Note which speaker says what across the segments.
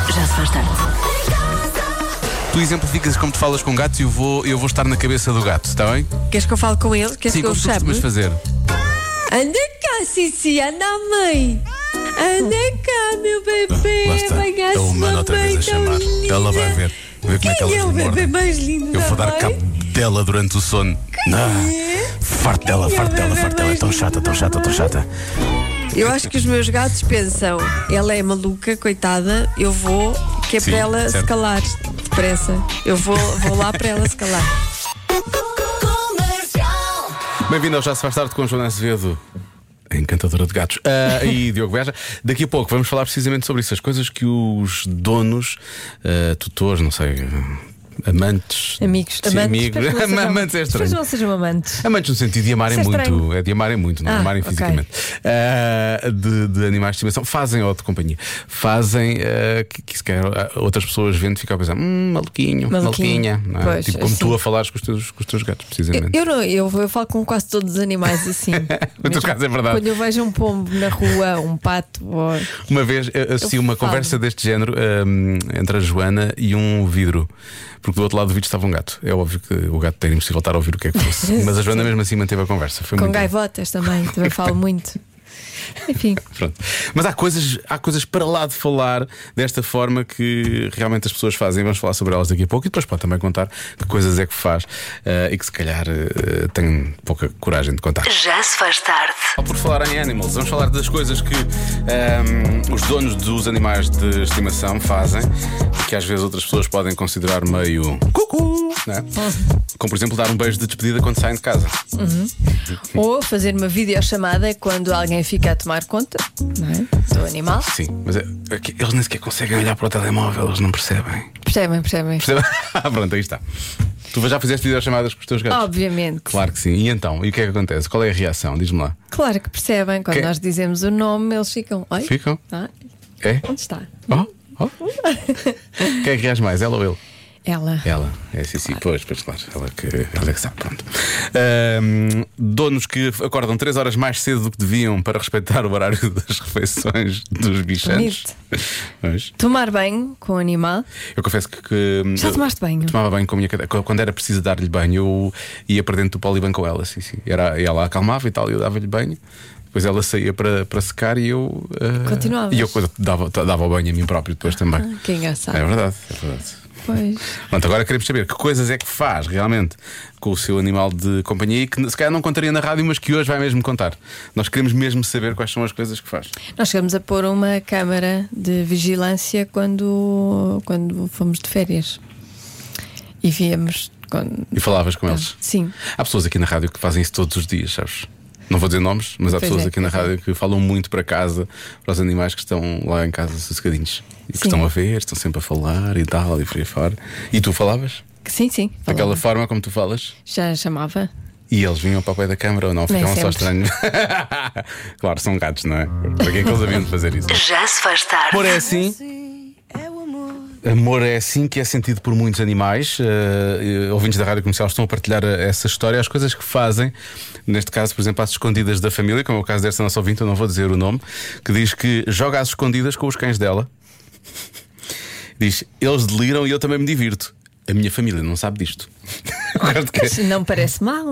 Speaker 1: mais tarde.
Speaker 2: Tu exemplificas como tu falas com gatos e eu vou, eu vou estar na cabeça do gato, está bem?
Speaker 3: Queres que eu fale com ele? Queres
Speaker 2: Sim,
Speaker 3: que eu
Speaker 2: como
Speaker 3: o
Speaker 2: tu
Speaker 3: chame?
Speaker 2: costumas fazer.
Speaker 3: Anda cá, Cici, anda à mãe. Anda cá, meu bebê.
Speaker 2: Lá está.
Speaker 3: Amanhã
Speaker 2: É o
Speaker 3: sua
Speaker 2: humano outra
Speaker 3: mãe
Speaker 2: vez a
Speaker 3: tão
Speaker 2: chamar.
Speaker 3: linda.
Speaker 2: Ela vai ver. Ver como é
Speaker 3: Quem
Speaker 2: que elas
Speaker 3: é o
Speaker 2: me
Speaker 3: bebê
Speaker 2: mordem.
Speaker 3: mais lindo
Speaker 2: Eu
Speaker 3: da
Speaker 2: vou dar
Speaker 3: mãe?
Speaker 2: cabo dela durante o sono. Ah, farto dela, farto dela, farto dela. É tão chata, tão chata, tão chata.
Speaker 3: Eu acho que os meus gatos pensam, ela é maluca, coitada, eu vou, que é
Speaker 2: Sim,
Speaker 3: para ela
Speaker 2: certo.
Speaker 3: se calar depressa. Eu vou, vou lá para ela se calar.
Speaker 2: Bem-vindo ao Já Se Faz Tarde com Joana Azevedo. a Encantadora de gatos. Ah, e Diogo Veja. Daqui a pouco vamos falar precisamente sobre isso. As coisas que os donos, ah, tutores, não sei, ah, amantes.
Speaker 4: Amigos.
Speaker 2: Sim, amigos.
Speaker 4: espero que não sejam-
Speaker 2: amantes é
Speaker 4: espero que
Speaker 2: estranho.
Speaker 4: não sejam amantes.
Speaker 2: Amantes É no sentido de amarem
Speaker 4: Isso é
Speaker 2: muito,
Speaker 4: estranho.
Speaker 2: é de amarem muito, não é?
Speaker 4: Ah,
Speaker 2: amarem
Speaker 4: ok.
Speaker 2: fisicamente. Ah, de, de animais de estimação, fazem ou de companhia. Fazem ah, que, que se calhar ah, outras pessoas vendo ficam a pensar, hum, maluquinho,
Speaker 4: Maluquinho.
Speaker 2: maluquinha. não é?
Speaker 4: Pois,
Speaker 2: tipo como
Speaker 4: assim.
Speaker 2: tu a falares com os teus, com os teus gatos,
Speaker 4: Eu,
Speaker 2: precisamente.
Speaker 4: eu não, eu, eu falo com quase todos os animais assim.
Speaker 2: No teu
Speaker 4: Mesmo
Speaker 2: caso é verdade.
Speaker 4: Quando eu vejo um pombo na rua, um pato, ou-
Speaker 2: Uma vez eu assisti
Speaker 4: Eu
Speaker 2: uma
Speaker 4: falo.
Speaker 2: conversa deste género hum, entre a Joana e um vidro, porque do outro lado do vidro estava um gato. É óbvio que o gato tem de voltar a ouvir o que é que fosse, mas a Joana mesmo assim manteve a conversa. Foi
Speaker 4: com
Speaker 2: muito bom.
Speaker 4: gaivotas também, também falo muito. Enfim,
Speaker 2: Pronto. Mas há coisas, há coisas para lá de falar desta forma que realmente as pessoas fazem. Vamos falar sobre elas daqui a pouco e depois pode também contar que coisas é que faz eh, e que se calhar eh, tem pouca coragem de contar.
Speaker 1: Já se faz tarde.
Speaker 2: Por falar em animals, vamos falar das coisas que ehm, os donos dos animais de estimação fazem e que às vezes outras pessoas podem considerar meio cucu, né? como por exemplo dar um beijo de despedida quando saem de casa.
Speaker 4: ou fazer uma videochamada quando alguém fica a tomar conta não é? do animal.
Speaker 2: Sim, mas é- é que eles nem sequer conseguem olhar para o telemóvel, eles não percebem.
Speaker 4: Percebem, percebem.
Speaker 2: Percebem? Ah, Pronto, aí está. Tu já fizeste videochamadas com os teus gatos?
Speaker 4: Obviamente.
Speaker 2: Claro que sim. E então? E o que é que acontece? Qual é a reação? Diz-me lá.
Speaker 4: Claro que percebem. Quando
Speaker 2: Que-
Speaker 4: nós dizemos o nome, eles ficam. Oi?
Speaker 2: Ficam?
Speaker 4: Ah,
Speaker 2: É?
Speaker 4: onde está?
Speaker 2: Oh? Oh? Quem é que reage mais? Ela ou ele?
Speaker 4: Ela.
Speaker 2: Ela, é sim, sim, pois, pois, claro, ela que, ela é que sabe, pronto. Ahm, donos que acordam 3 horas mais cedo do que deviam para respeitar o horário das refeições dos bichanos. Pois.
Speaker 4: Tomar banho com o animal.
Speaker 2: Eu confesso que. que
Speaker 4: Já
Speaker 2: eu
Speaker 4: tomaste banho?
Speaker 2: Tomava banho com a minha cadela. Qu- Quando era preciso dar-lhe banho, eu ia para dentro do polibanco com ela, sim, sim. Era, ela acalmava e tal, eu dava-lhe banho. Depois ela saía para, para secar e eu. ah,
Speaker 4: Continuavas?
Speaker 2: E eu dava, dava o banho a mim próprio depois também.
Speaker 4: Ah, que engraçado.
Speaker 2: É verdade, é verdade.
Speaker 4: Pois.
Speaker 2: Pronto, agora queremos saber que coisas é que faz realmente com o seu animal de companhia e que se calhar não contaria na rádio, mas que hoje vai mesmo contar. Nós queremos mesmo saber quais são as coisas que faz.
Speaker 4: Nós chegamos a pôr uma câmara de vigilância quando, quando fomos de férias. E viemos. Quando...
Speaker 2: E falavas
Speaker 4: Tá.
Speaker 2: com eles.
Speaker 4: Sim.
Speaker 2: Há pessoas aqui na rádio que fazem isso todos os dias, sabes? Não vou dizer nomes, mas há
Speaker 4: Pois
Speaker 2: pessoas
Speaker 4: é,
Speaker 2: aqui na
Speaker 4: pois é.
Speaker 2: rádio que falam muito para casa, para os animais que estão lá em casa sossegadinhos e que
Speaker 4: Sim.
Speaker 2: estão a ver, estão sempre a falar e tal, e por aí fora. E tu falavas?
Speaker 4: Que Sim, sim.
Speaker 2: Daquela
Speaker 4: falava.
Speaker 2: forma como tu falas?
Speaker 4: Já chamava.
Speaker 2: E eles vinham para o pé da câmara ou não?
Speaker 4: Nem
Speaker 2: Ficavam só estranhos.
Speaker 4: sempre.
Speaker 2: claro, são gatos, não é? Para que é que eles haviam de fazer isso?
Speaker 1: Já se faz tarde.
Speaker 2: Amor é assim. Amor é assim que é sentido por muitos animais. Eh, eh, ouvintes da rádio comercial estão a partilhar eh, essa história, as coisas que fazem. Neste caso, por exemplo, às escondidas da família, como é o caso desta nossa ouvinte, eu não vou dizer o nome, que diz que joga às escondidas com os cães dela. Diz: Eles deliram e eu também me divirto. A minha família não sabe disto. Eu gosto que é-
Speaker 4: Mas não parece mal.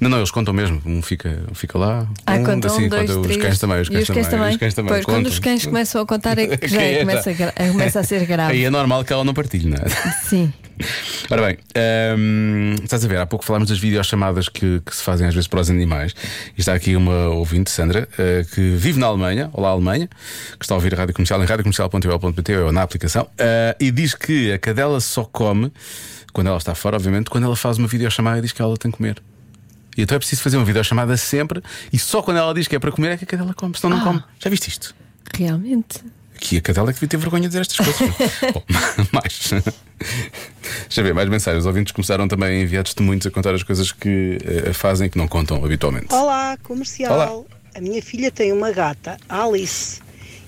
Speaker 2: não, não, eles contam mesmo. Um fica, um fica lá.
Speaker 4: Ah,
Speaker 2: um,
Speaker 4: conta um,
Speaker 2: assim,
Speaker 4: dois,
Speaker 2: conta
Speaker 4: três.
Speaker 2: os cães também. Os
Speaker 4: e
Speaker 2: cães,
Speaker 4: os cães também.
Speaker 2: Os cães também
Speaker 4: Pois, quando
Speaker 2: contam.
Speaker 4: os cães começam a contar, é que já
Speaker 2: Quem é,
Speaker 4: começa, a, gra- começa a ser
Speaker 2: Aí
Speaker 4: grave.
Speaker 2: é normal que ela não partilhe, não é?
Speaker 4: Sim.
Speaker 2: Ora bem, hum, estás a ver, há pouco falámos das videochamadas que, que se fazem às vezes para os animais. E está aqui uma ouvinte, Sandra, eh, que vive na Alemanha, olá Alemanha, que está a ouvir a rádio comercial em radiocomercial.ol.pt ou na aplicação, eh, e diz que a cadela só come, quando ela está fora, obviamente, quando ela faz uma videochamada e diz que ela tem que comer. E então é preciso fazer uma videochamada sempre, e só quando ela diz que é para comer é que a cadela come, senão não
Speaker 4: Ah.
Speaker 2: come. Já viste isto?
Speaker 4: Realmente.
Speaker 2: Aqui a cadela é que devia ter vergonha de dizer estas coisas. é? Bom, mais. Deixa eu ver, mais mensagens. Os ouvintes começaram também a enviar testemunhos a contar as coisas que eh, fazem e que não contam habitualmente.
Speaker 5: Olá, comercial.
Speaker 2: Olá.
Speaker 5: A minha filha tem uma gata, Alice,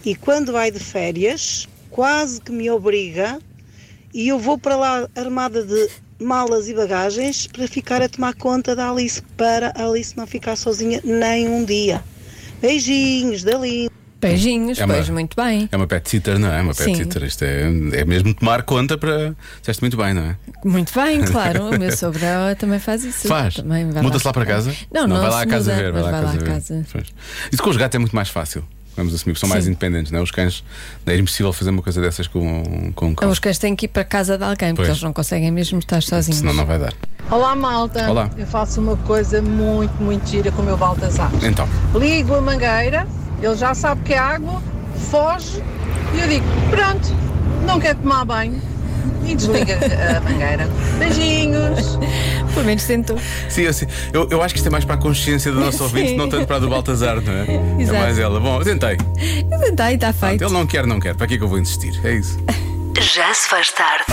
Speaker 5: e quando vai de férias, quase que me obriga e eu vou para lá armada de malas e bagagens para ficar a tomar conta da Alice, para a Alice não ficar sozinha nem um dia. Beijinhos, Dalim.
Speaker 4: Beijinhos,
Speaker 2: É uma-
Speaker 4: pois muito bem.
Speaker 2: É uma pet sitter, não é? Uma pet
Speaker 4: Sim.
Speaker 2: sitter. Isto é, é mesmo tomar conta para. Disseste muito bem, não é?
Speaker 4: Muito bem, claro. O meu sogro também faz isso.
Speaker 2: Faz.
Speaker 4: Também vai
Speaker 2: Muda-se lá para casa?
Speaker 4: Não, não,
Speaker 2: vai lá
Speaker 4: se
Speaker 2: à casa
Speaker 4: muda,
Speaker 2: ver.
Speaker 4: mas vai lá
Speaker 2: ver.
Speaker 4: à casa.
Speaker 2: Pois. Isso com os gatos é muito mais fácil. Vamos assumir que são mais
Speaker 4: Sim.
Speaker 2: independentes, não é? Os cães, é impossível fazer uma coisa dessas com, com um cão.
Speaker 4: É Então Os cães têm que ir para a casa de alguém,
Speaker 2: Pois.
Speaker 4: porque eles não conseguem mesmo estar sozinhos.
Speaker 2: Senão não vai dar.
Speaker 6: Olá, malta.
Speaker 2: Olá.
Speaker 6: Eu faço uma coisa muito, muito gira com o meu Baltazar.
Speaker 2: Então,
Speaker 6: Ligo a mangueira, ele já sabe que é água, foge e eu digo: pronto, não quer tomar banho. E desliga a mangueira. Beijinhos.
Speaker 4: Pelo menos tentou.
Speaker 2: sim, eu, sim. Eu, eu acho que isto é mais para a consciência do nosso ouvinte,
Speaker 4: Sim.
Speaker 2: não tanto para a do Baltazar, não é?
Speaker 4: Exato.
Speaker 2: É mais ela. Bom, eu tentei.
Speaker 4: Eu tentei, está feito.
Speaker 2: Ele não quer, não quer. Para que é que eu vou insistir? É isso.
Speaker 1: Já se faz tarde.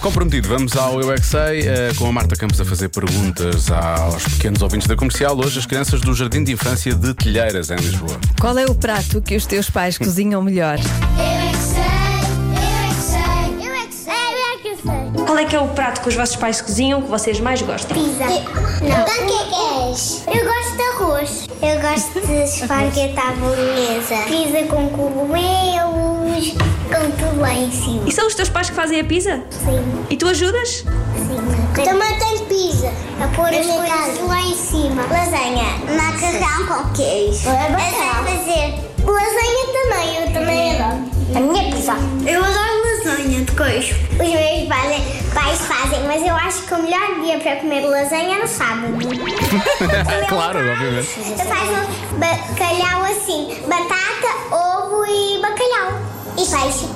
Speaker 2: Comprometido, vamos ao Eu é Que Sei, eh, com a Marta Campos a fazer perguntas aos pequenos ouvintes da comercial. Hoje, as crianças do Jardim de Infância de Telheiras, em Lisboa.
Speaker 4: Qual é o prato que os teus pais cozinham melhor?
Speaker 7: Eu é que sei, eu é que sei, eu é que sei, eu é que sei.
Speaker 8: Qual é que é o prato que os vossos pais cozinham que vocês mais gostam?
Speaker 7: Pizza. Não. Panquecas. Eu gosto de arroz. Eu gosto de esparguete à bolonhesa. Pizza com cogumelos, com tudo lá em cima.
Speaker 8: E são os teus pais que fazem a pizza?
Speaker 7: Sim,
Speaker 8: E tu ajudas?
Speaker 7: sim. Também tem pizza. A pôr as coisas lá em cima. Lasanha. é Macarrão com queijo. Eu sei fazer. Lasanha também, eu também adoro. Uhum. A minha pizza. Eu adoro lasanha de queijo. Os meus pais, pais fazem, mas eu acho que o melhor dia para comer lasanha é no sábado.
Speaker 2: Claro, obviamente.
Speaker 7: Faz um bacalhau assim, batata, ovo e bacalhau. E peixe.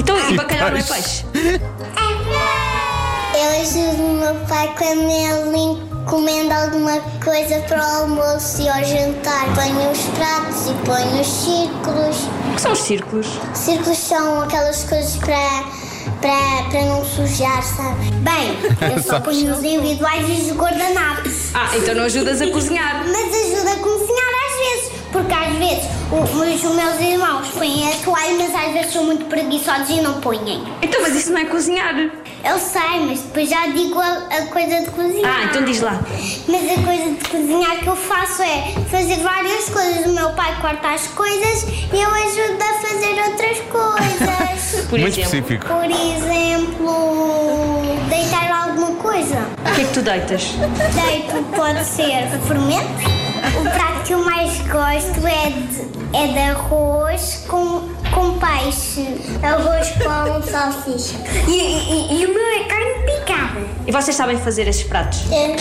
Speaker 8: Então, e bacalhau não é
Speaker 2: peixe.
Speaker 8: peixe?
Speaker 7: Eu ajudo o meu pai quando ele encomenda alguma coisa para o almoço e ao jantar. Ponho os pratos e ponho os círculos.
Speaker 8: O que são os círculos?
Speaker 7: Círculos são aquelas coisas para, para, para não sujar, sabe? Bem, eu só ponho os individuais e os guardanapos.
Speaker 8: Ah, então não ajudas a cozinhar.
Speaker 7: Mas ajuda a cozinhar às vezes, porque às vezes o- os, meus irmãos põem a toalha, mas às vezes são muito preguiçosos e não põem.
Speaker 8: Então, mas isso não é cozinhar.
Speaker 7: Eu sei, mas depois já digo a, a coisa de cozinhar.
Speaker 8: Ah, então diz lá.
Speaker 7: Mas a coisa de cozinhar que eu faço é fazer várias coisas. O meu pai corta as coisas e eu ajudo a fazer outras coisas.
Speaker 8: Por
Speaker 2: Muito
Speaker 8: exemplo,
Speaker 2: específico.
Speaker 7: Por exemplo, deitar alguma coisa.
Speaker 8: o que é que tu deitas?
Speaker 7: Deito pode ser fermento. O prato que eu mais gosto é de, é de arroz com, com peixe. Arroz com salsicha. E, e, e o meu é carne picada.
Speaker 8: E vocês sabem fazer esses pratos?
Speaker 7: Não.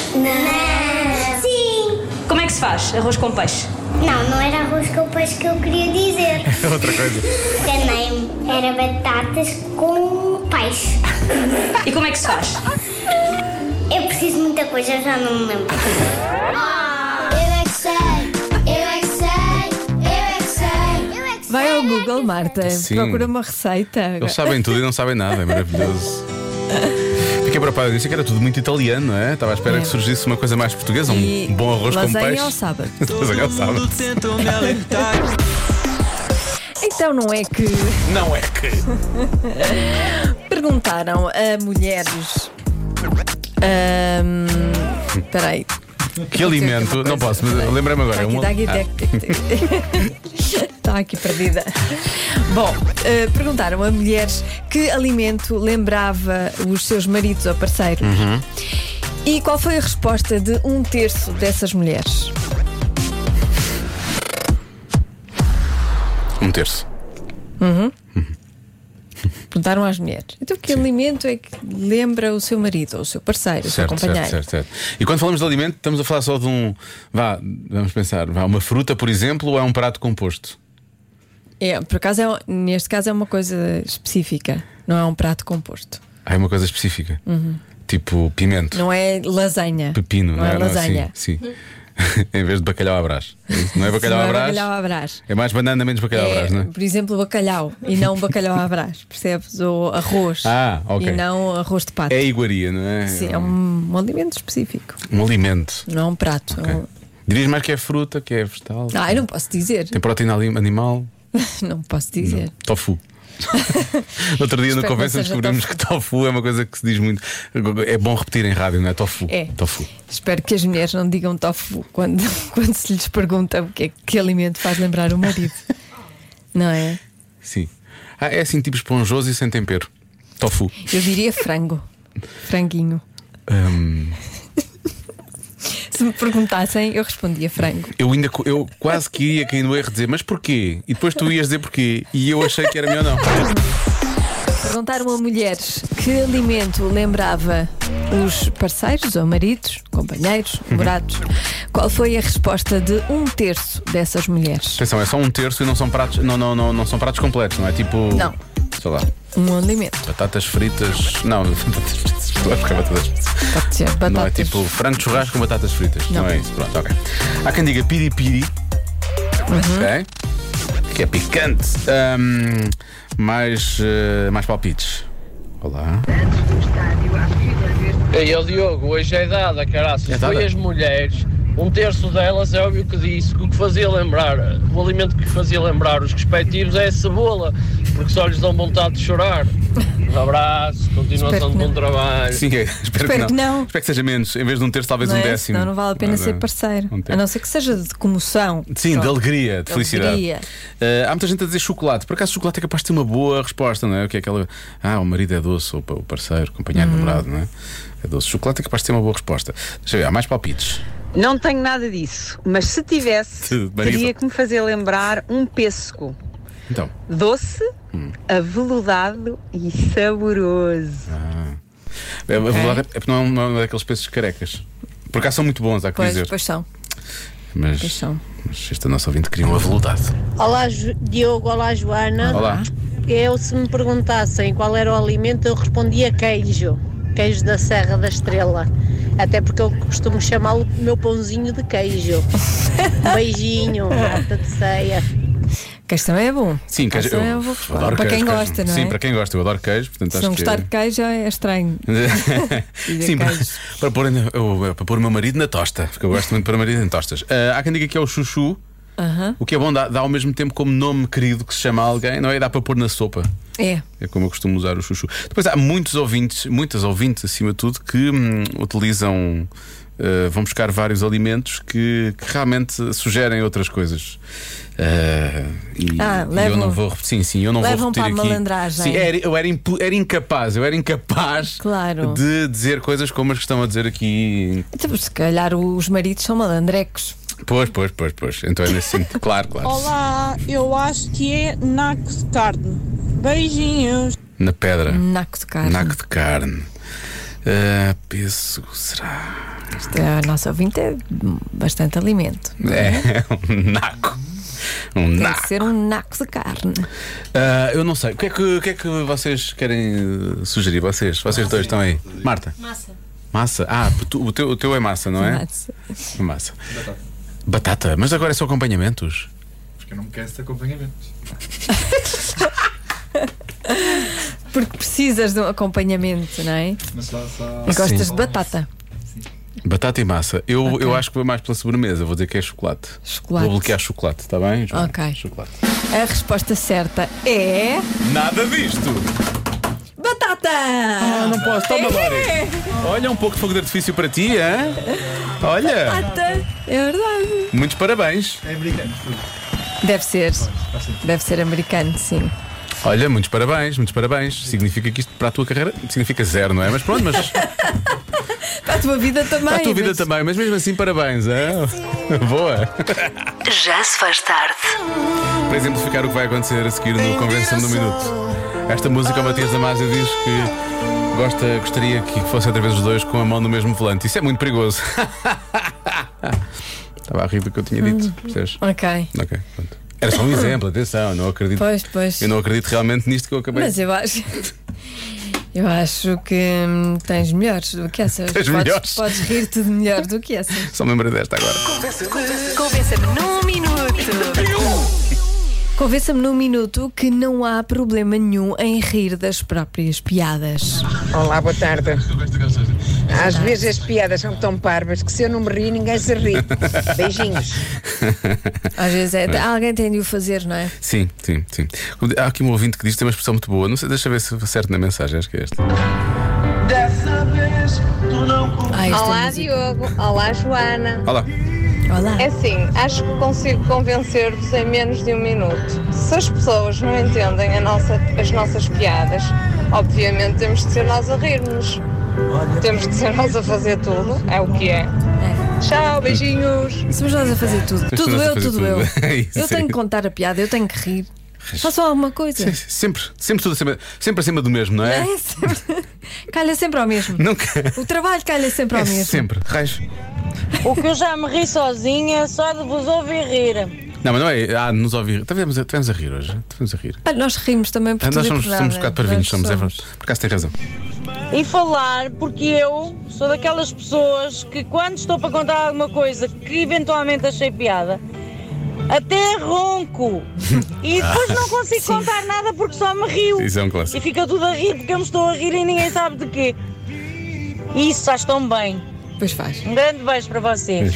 Speaker 7: Sim.
Speaker 8: Como é que se faz? Arroz com peixe.
Speaker 7: Não, não era arroz com peixe que eu queria dizer.
Speaker 2: É Outra coisa.
Speaker 7: Também era batatas com peixe.
Speaker 8: E como é que se faz?
Speaker 7: Eu preciso de muita coisa, eu já não me lembro. Eu é que sei, eu é que sei, eu é que sei, eu é que sei.
Speaker 4: Vai ao Google, Marta,
Speaker 2: Sim.
Speaker 4: procura uma receita.
Speaker 2: Eles sabem tudo e não sabem nada, é maravilhoso. Fiquei preocupado, eu disse que era tudo muito italiano, não é? Estava à espera
Speaker 4: É.
Speaker 2: que surgisse uma coisa mais portuguesa, um
Speaker 4: E
Speaker 2: bom arroz com
Speaker 4: lasanha
Speaker 2: peixe.
Speaker 4: ao sábado.
Speaker 2: Lasanha ao sábado.
Speaker 4: Então não é que.
Speaker 2: Não é que.
Speaker 4: Perguntaram a mulheres. Ahm, Espera aí.
Speaker 2: Que alimento? Não posso, mas lembrei-me agora.
Speaker 4: Está aqui,
Speaker 2: um-
Speaker 4: está aqui,
Speaker 2: Ah,
Speaker 4: está aqui. Está Tá aqui perdida. Bom, eh, perguntaram a mulheres que alimento lembrava os seus maridos ou parceiros.
Speaker 2: Uhum.
Speaker 4: E qual foi a resposta de um terço dessas mulheres?
Speaker 2: um terço.
Speaker 4: Perguntaram às mulheres. Então, que alimento é que lembra o seu marido, ou o seu parceiro, o seu
Speaker 2: Certo,
Speaker 4: companheiro?
Speaker 2: certo, certo, certo. E quando falamos de alimento, estamos a falar só de um. Vá, vamos pensar, vá, uma fruta, por exemplo, ou é um prato composto?
Speaker 4: É, por acaso, é, um- neste caso é uma coisa específica, não é um prato composto.
Speaker 2: Há uma coisa específica. Tipo pimento,
Speaker 4: Uhum. Não é lasanha.
Speaker 2: pepino,
Speaker 4: não é
Speaker 2: Não, assim.
Speaker 4: lasanha.
Speaker 2: sim, sim. em vez de bacalhau à brás. É isso? Não é bacalhau
Speaker 4: Não
Speaker 2: à
Speaker 4: é
Speaker 2: brás?
Speaker 4: bacalhau à brás.
Speaker 2: É mais banana, menos bacalhau à
Speaker 4: É,
Speaker 2: brás, não é?
Speaker 4: Por exemplo, bacalhau e não bacalhau à brás, percebes? Ou arroz
Speaker 2: Ah, ok.
Speaker 4: e não arroz de pato.
Speaker 2: É iguaria, não é?
Speaker 4: Sim, é um, um alimento específico,
Speaker 2: Um alimento.
Speaker 4: não é um prato. é um-
Speaker 2: Dirias mais que é fruta, que é vegetal.
Speaker 4: Ah, eu não posso dizer,
Speaker 2: Tem proteína ali- animal.
Speaker 4: não posso dizer.
Speaker 2: Tofu. No Outro dia
Speaker 4: É. Espero
Speaker 2: no
Speaker 4: que
Speaker 2: conversa
Speaker 4: não seja
Speaker 2: descobrimos
Speaker 4: tofu.
Speaker 2: que tofu é uma coisa que se diz muito. É bom repetir em rádio, não é? Tofu.
Speaker 4: É.
Speaker 2: Tofu.
Speaker 4: Espero que as mulheres não digam tofu quando, quando se lhes pergunta o que é que alimento faz lembrar o marido. não é?
Speaker 2: Sim. Ah, é assim tipo esponjoso e sem tempero. Tofu.
Speaker 4: Eu diria frango. Franguinho.
Speaker 2: Hum,
Speaker 4: Se me perguntassem, eu respondia frango.
Speaker 2: eu ainda co- eu quase que ia cair no erro dizer, mas porquê? E depois tu ias dizer porquê. E eu achei que era meu não.
Speaker 4: Perguntaram a mulheres que alimento lembrava os parceiros ou maridos, companheiros,
Speaker 2: Uhum.
Speaker 4: namorados. Qual foi a resposta de um terço dessas mulheres?
Speaker 2: Atenção, é só um terço e não são pratos, não, não, não, não são pratos completos, não é tipo.
Speaker 4: Não.
Speaker 2: Sei lá,
Speaker 4: Um alimento.
Speaker 2: batatas fritas. Não, batatas fritas. tu acho que é batatas fritas.
Speaker 4: Pode ser batatas.
Speaker 2: Não é tipo frango de churrasco com batatas fritas. Não,
Speaker 4: Não.
Speaker 2: é isso. Pronto, ok. Há quem diga piripiri.
Speaker 4: Uhum.
Speaker 2: Ok. Que é picante. Ahm, mais, eh, mais palpites. Olá.
Speaker 9: Ei, ó Diogo, hoje é dada, caraças.
Speaker 2: É dada?
Speaker 9: Foi as mulheres. Um terço delas é óbvio que disse que o que fazia lembrar, o alimento que fazia lembrar os respectivos é a cebola, porque só lhes dão vontade de chorar. Um abraço,
Speaker 4: Espero
Speaker 9: continuação de
Speaker 4: que
Speaker 9: bom
Speaker 4: não.
Speaker 9: trabalho.
Speaker 2: Sim, é, espero,
Speaker 4: Espero que não.
Speaker 2: Espero que seja menos. Em vez de um terço, talvez
Speaker 4: Não
Speaker 2: um
Speaker 4: é?
Speaker 2: décimo.
Speaker 4: Senão não vale a pena
Speaker 2: Mas,
Speaker 4: ser
Speaker 2: eh,
Speaker 4: parceiro.
Speaker 2: um terço.
Speaker 4: A não ser que seja de comoção.
Speaker 2: Sim, de
Speaker 4: Pronto.
Speaker 2: alegria, de
Speaker 4: De
Speaker 2: felicidade.
Speaker 4: alegria.
Speaker 2: Eh, há muita gente a dizer chocolate. Por acaso, chocolate é capaz de ter uma boa resposta, não é? O que é aquela. Ah, o marido é doce, ou o parceiro, o companheiro,
Speaker 4: Uhum.
Speaker 2: namorado, não é? É doce. Chocolate é capaz de ter uma boa resposta. Deixa eu ver, há mais palpites.
Speaker 10: Não tenho nada disso, mas se tivesse,
Speaker 2: Marisa.
Speaker 10: teria que me fazer lembrar um pêssego
Speaker 2: Então.
Speaker 10: doce, aveludado e saboroso.
Speaker 2: É, a verdade é porque não é um- não é daqueles peixes carecas. Por acaso são muito bons, há que
Speaker 4: Pois,
Speaker 2: dizer.
Speaker 4: pois são.
Speaker 2: mas,
Speaker 4: pois são.
Speaker 2: mas esta nossa ouvinte queria um aveludado.
Speaker 6: Olá, Diogo. Olá, Joana.
Speaker 2: Olá.
Speaker 6: Eu, se me perguntassem qual era o alimento, eu respondia queijo. Queijo da Serra da Estrela. Até porque eu costumo chamá-lo meu pãozinho de queijo. Um Beijinho, alta de ceia.
Speaker 4: Queijo também é bom.
Speaker 2: Sim, queijo.
Speaker 4: Essa é
Speaker 2: eu
Speaker 4: a boa resposta.
Speaker 2: adoro
Speaker 4: Para quem
Speaker 2: queijo, queijo.
Speaker 4: gosta, não é?
Speaker 2: Sim, para quem gosta, eu adoro queijo. Portanto,
Speaker 4: Se
Speaker 2: acho
Speaker 4: não gostar
Speaker 2: que...
Speaker 4: de queijo é estranho.
Speaker 2: Sim, para,
Speaker 4: queijo.
Speaker 2: para, pôr, na- eu- para pôr o meu marido na tosta, porque eu gosto muito de pôr o meu marido em tostas. Ah, há quem diga que é o chuchu,
Speaker 4: Aham.
Speaker 2: o que é bom, dá, dá ao mesmo tempo como nome querido que se chama alguém, não é? E dá para pôr na sopa.
Speaker 4: É.
Speaker 2: É como eu costumo usar o chuchu. Depois há muitos ouvintes, muitas ouvintes acima de tudo, que hum, utilizam. ah, vão buscar vários alimentos que, que realmente sugerem outras coisas. Ah, e,
Speaker 4: Ah,
Speaker 2: e eu
Speaker 4: levam-
Speaker 2: não vou repetir. Sim, sim, eu não vou
Speaker 4: levam
Speaker 2: repetir
Speaker 4: para a
Speaker 2: aqui.
Speaker 4: malandragem.
Speaker 2: Sim, era, eu era, impu- era incapaz, eu era incapaz
Speaker 4: Claro.
Speaker 2: de dizer coisas como as que estão a dizer aqui.
Speaker 4: Então, se calhar os maridos são malandrecos.
Speaker 2: Pois, pois, pois, pois. Então é nesse sentido. Claro, claro.
Speaker 11: Olá, eu acho que é naco de carne. Beijinhos.
Speaker 2: Na pedra.
Speaker 4: Naco de carne.
Speaker 2: Naco de carne. Ah, pêssego, será?
Speaker 4: Isto é, a nossa ouvinte é bastante alimento.
Speaker 2: É,
Speaker 12: Uhum.
Speaker 2: um naco. Um
Speaker 4: Tem
Speaker 2: naco.
Speaker 4: que ser um naco de carne.
Speaker 2: Ah, eu não sei. O que, é que, o que é que vocês querem eh, sugerir? Vocês, vocês dois estão aí. Marta.
Speaker 8: Massa.
Speaker 2: Massa. Ah, tu- o, teu, o teu é massa, não é?
Speaker 4: Mas,
Speaker 2: Massa. Batata. Mas agora é só acompanhamentos.
Speaker 12: Porque eu não me canso de acompanhamentos.
Speaker 4: Porque precisas de um acompanhamento, não é?
Speaker 12: Mas só, só...
Speaker 4: E gostas de batata.
Speaker 2: Batata e massa. Eu,
Speaker 4: Ok.
Speaker 2: eu acho que vou mais pela sobremesa, vou dizer que é chocolate.
Speaker 4: Chocolate.
Speaker 2: Vou bloquear chocolate, está bem? Joana?
Speaker 4: Ok.
Speaker 2: Chocolate.
Speaker 4: A resposta certa é.
Speaker 2: Nada disto!
Speaker 4: Batata!
Speaker 2: Ah, não posso, toma Lori. Olha, um pouco de fogo de artifício para ti, hein? Olha,
Speaker 4: Batata! É verdade.
Speaker 2: muitos parabéns.
Speaker 12: É americano, tudo.
Speaker 4: Deve ser.
Speaker 12: Faz sentido.
Speaker 4: Deve ser americano, sim.
Speaker 2: Olha, muitos parabéns, muitos parabéns. Significa que isto para a tua carreira significa zero, não é? Mas pronto, mas
Speaker 4: Para a tua vida também.
Speaker 2: para a tua vida
Speaker 4: mas-
Speaker 2: também. Mas mesmo assim, parabéns, hein? Boa.
Speaker 1: Já se faz tarde.
Speaker 2: Para exemplificar o que vai acontecer a seguir no Convenção do Minuto. Esta música, o Matias Damasio diz que gosta, gostaria que fosse outra vez os dois com a mão no mesmo volante. Isso é muito perigoso. Estava a rir do que eu tinha dito,
Speaker 4: Hum.
Speaker 2: percebes?
Speaker 4: Ok.
Speaker 2: Ok, pronto. Era só um exemplo, atenção, não acredito.
Speaker 4: Pois, pois.
Speaker 2: Eu não acredito realmente nisto que eu acabei
Speaker 4: Mas eu acho. Eu acho que hum, tens melhores do que essas.
Speaker 2: Tens
Speaker 4: podes,
Speaker 2: melhores.
Speaker 4: podes rir-te de melhor do que essas.
Speaker 2: Só me lembrei desta agora.
Speaker 1: Convença-me num minuto.
Speaker 4: Convença-me num minuto que não há problema nenhum em rir das próprias piadas.
Speaker 11: Olá, boa tarde. Às vezes as piadas são tão parvas que se eu não me rir, ninguém se ri. Beijinhos.
Speaker 4: Às vezes é, alguém tem de o fazer, não é?
Speaker 2: Sim, sim, sim. Há aqui um ouvinte que diz que tem uma expressão muito boa. Não sei, deixa eu ver se acerto na mensagem, acho que é esta.
Speaker 4: Ah, esta
Speaker 10: Olá,
Speaker 4: Ah, é música.
Speaker 10: Diogo. Olá, Joana.
Speaker 2: Olá.
Speaker 4: Olá.
Speaker 13: É assim, acho que consigo convencer-vos em menos de um minuto. Se as pessoas não entendem a nossa- as nossas piadas, obviamente temos de ser nós a rirmos. Temos de ser nós a fazer tudo, é o que é. Tchau, beijinhos.
Speaker 4: Somos nós a fazer tudo.
Speaker 2: Somos
Speaker 4: Tudo
Speaker 2: nós a
Speaker 4: eu,
Speaker 2: fazer
Speaker 4: tudo
Speaker 2: tudo.
Speaker 4: eu.
Speaker 2: É isso,
Speaker 4: Eu tenho
Speaker 2: é.
Speaker 4: que contar a piada, eu tenho que rir. Façam alguma coisa.
Speaker 2: Sim, Sempre, sempre tudo acima, sempre acima do mesmo, não é?
Speaker 4: É sempre- Calha sempre ao mesmo.
Speaker 2: Nunca.
Speaker 4: O trabalho calha sempre ao
Speaker 2: É
Speaker 4: mesmo.
Speaker 2: sempre. Raios.
Speaker 14: O que eu já me ri sozinha só de vos ouvir rir.
Speaker 2: Não, mas não é. Ah, nos ouvir. Estivemos a, tivemos a rir hoje. Estivemos a rir.
Speaker 4: Olha, nós rimos também por
Speaker 2: Ah,
Speaker 4: tudo
Speaker 2: nós
Speaker 4: e
Speaker 2: somos,
Speaker 4: por nada.
Speaker 2: somos um bocado parvinhos,
Speaker 4: Nós
Speaker 2: somos, é verdade. Por acaso tem razão.
Speaker 14: E falar, porque eu sou daquelas pessoas que quando estou para contar alguma coisa que eventualmente achei piada, até ronco. E depois não consigo contar nada porque só me rio.
Speaker 2: Isso é um clássico.
Speaker 14: E fica tudo a rir porque eu me estou a rir e ninguém sabe de quê. E isso faz tão bem.
Speaker 4: Pois faz.
Speaker 14: Um grande beijo para vocês.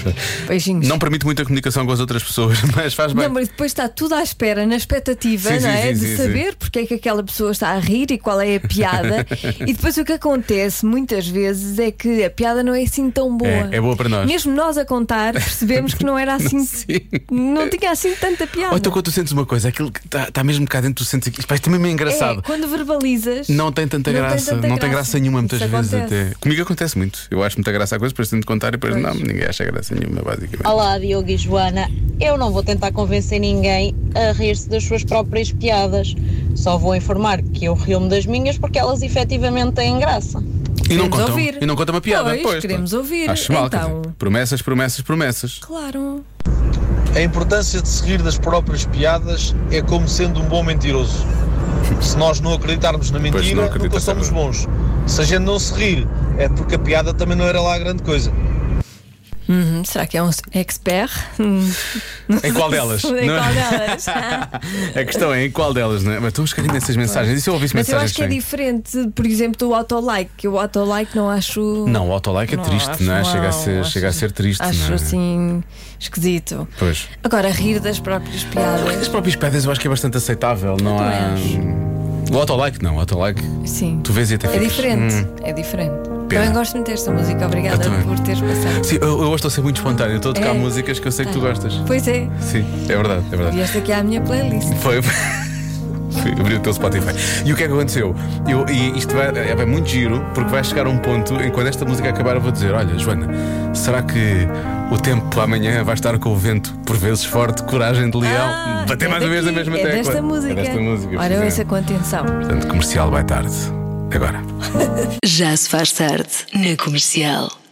Speaker 4: Beijinhos.
Speaker 2: é. Não permite muita comunicação com as outras pessoas, mas faz bem.
Speaker 4: Não, mas depois está tudo à espera, na expectativa,
Speaker 2: Sim, sim,
Speaker 4: não é?
Speaker 2: sim,
Speaker 4: de
Speaker 2: sim,
Speaker 4: saber porque é que aquela pessoa está a rir e qual é a piada. e depois o que acontece muitas vezes é que a piada não é assim tão boa.
Speaker 2: É, é boa para nós.
Speaker 4: Mesmo nós a contar, percebemos que não era assim. não tinha assim tanta piada.
Speaker 2: Ou então quando tu sentes uma coisa, aquilo que está tá mesmo cá dentro, tu sentes aquilo. Isto também é engraçado.
Speaker 4: É, quando verbalizas.
Speaker 2: Não tem tanta
Speaker 4: não tem
Speaker 2: graça,
Speaker 4: tanta
Speaker 2: não tem
Speaker 4: graça.
Speaker 2: graça nenhuma muitas
Speaker 4: Isso
Speaker 2: vezes
Speaker 4: acontece.
Speaker 2: até. Comigo acontece muito. Eu acho muita graça a coisa, depois tento contar e depois não, ninguém acha graça nenhuma, basicamente.
Speaker 14: Olá, Diogo e Joana. Eu não vou tentar convencer ninguém a rir-se das suas próprias piadas. Só vou informar que eu rio-me das minhas porque elas efetivamente têm graça.
Speaker 2: E não
Speaker 4: Queremos
Speaker 2: contam,
Speaker 4: ouvir.
Speaker 2: e não conta uma piada.
Speaker 4: Pois,
Speaker 2: Pois,
Speaker 4: queremos
Speaker 2: pá.
Speaker 4: ouvir.
Speaker 2: Acho mal, quer
Speaker 4: Então.
Speaker 2: dizer, promessas, promessas, promessas.
Speaker 4: Claro.
Speaker 15: A importância de se rir das próprias piadas é como sendo um bom mentiroso. Se nós não acreditarmos na
Speaker 2: Pois, não
Speaker 15: mentira,
Speaker 2: acredito,
Speaker 15: nunca somos bons. Se a gente não se rir, é porque a piada também não era lá grande coisa.
Speaker 4: Uhum, será que é um expert? Hum.
Speaker 2: Em qual delas?
Speaker 4: em
Speaker 2: Não é?
Speaker 4: qual delas?
Speaker 2: A questão é em qual delas, não é? Mas estão a chegar essas mensagens. E se eu ouvisse
Speaker 4: Ah, Mas eu
Speaker 2: mensagens
Speaker 4: acho que é
Speaker 2: sem-
Speaker 4: diferente, por exemplo, do autolike. que O autolike não acho.
Speaker 2: Não, o autolike é
Speaker 4: Não,
Speaker 2: triste,
Speaker 4: acho
Speaker 2: não é? Chega a
Speaker 4: mal,
Speaker 2: ser,
Speaker 4: acho-
Speaker 2: chega a ser triste,
Speaker 4: Acho
Speaker 2: não é?
Speaker 4: assim esquisito.
Speaker 2: Pois.
Speaker 4: Agora, rir das próprias
Speaker 2: As
Speaker 4: piadas.
Speaker 2: próprias pedras eu acho que é bastante aceitável, não há. O autolike não, o autolike.
Speaker 4: Sim.
Speaker 2: Tu vês e até
Speaker 4: É
Speaker 2: ficas,
Speaker 4: diferente.
Speaker 2: hum.
Speaker 4: É diferente.
Speaker 2: Pena.
Speaker 4: Também gosto muito desta música. Obrigada
Speaker 2: Eu também.
Speaker 4: por teres passado.
Speaker 2: Sim, eu, eu hoje estou a ser muito espontâneo, estou a tocar
Speaker 4: É.
Speaker 2: músicas que eu sei que tu gostas.
Speaker 4: Pois é.
Speaker 2: Sim, é verdade, é
Speaker 4: E
Speaker 2: verdade.
Speaker 4: esta aqui é a minha playlist.
Speaker 2: Foi. Fui abrir o teu Spotify. E o que é que aconteceu? Eu, e isto vai, é, vai muito giro, porque vai chegar a um ponto em que quando esta música acabar eu vou dizer: Olha, Joana, será que o tempo amanhã vai estar com o vento por vezes forte, coragem de leão? Bater
Speaker 4: É
Speaker 2: mais uma vez na
Speaker 4: daqui,
Speaker 2: mesma
Speaker 4: é
Speaker 2: tecla.
Speaker 4: Desta música.
Speaker 2: É desta música.
Speaker 4: Ora,
Speaker 2: pois é.
Speaker 4: ouça com atenção.
Speaker 2: Portanto, comercial vai tarde. Agora.
Speaker 1: Já se faz tarde na comercial.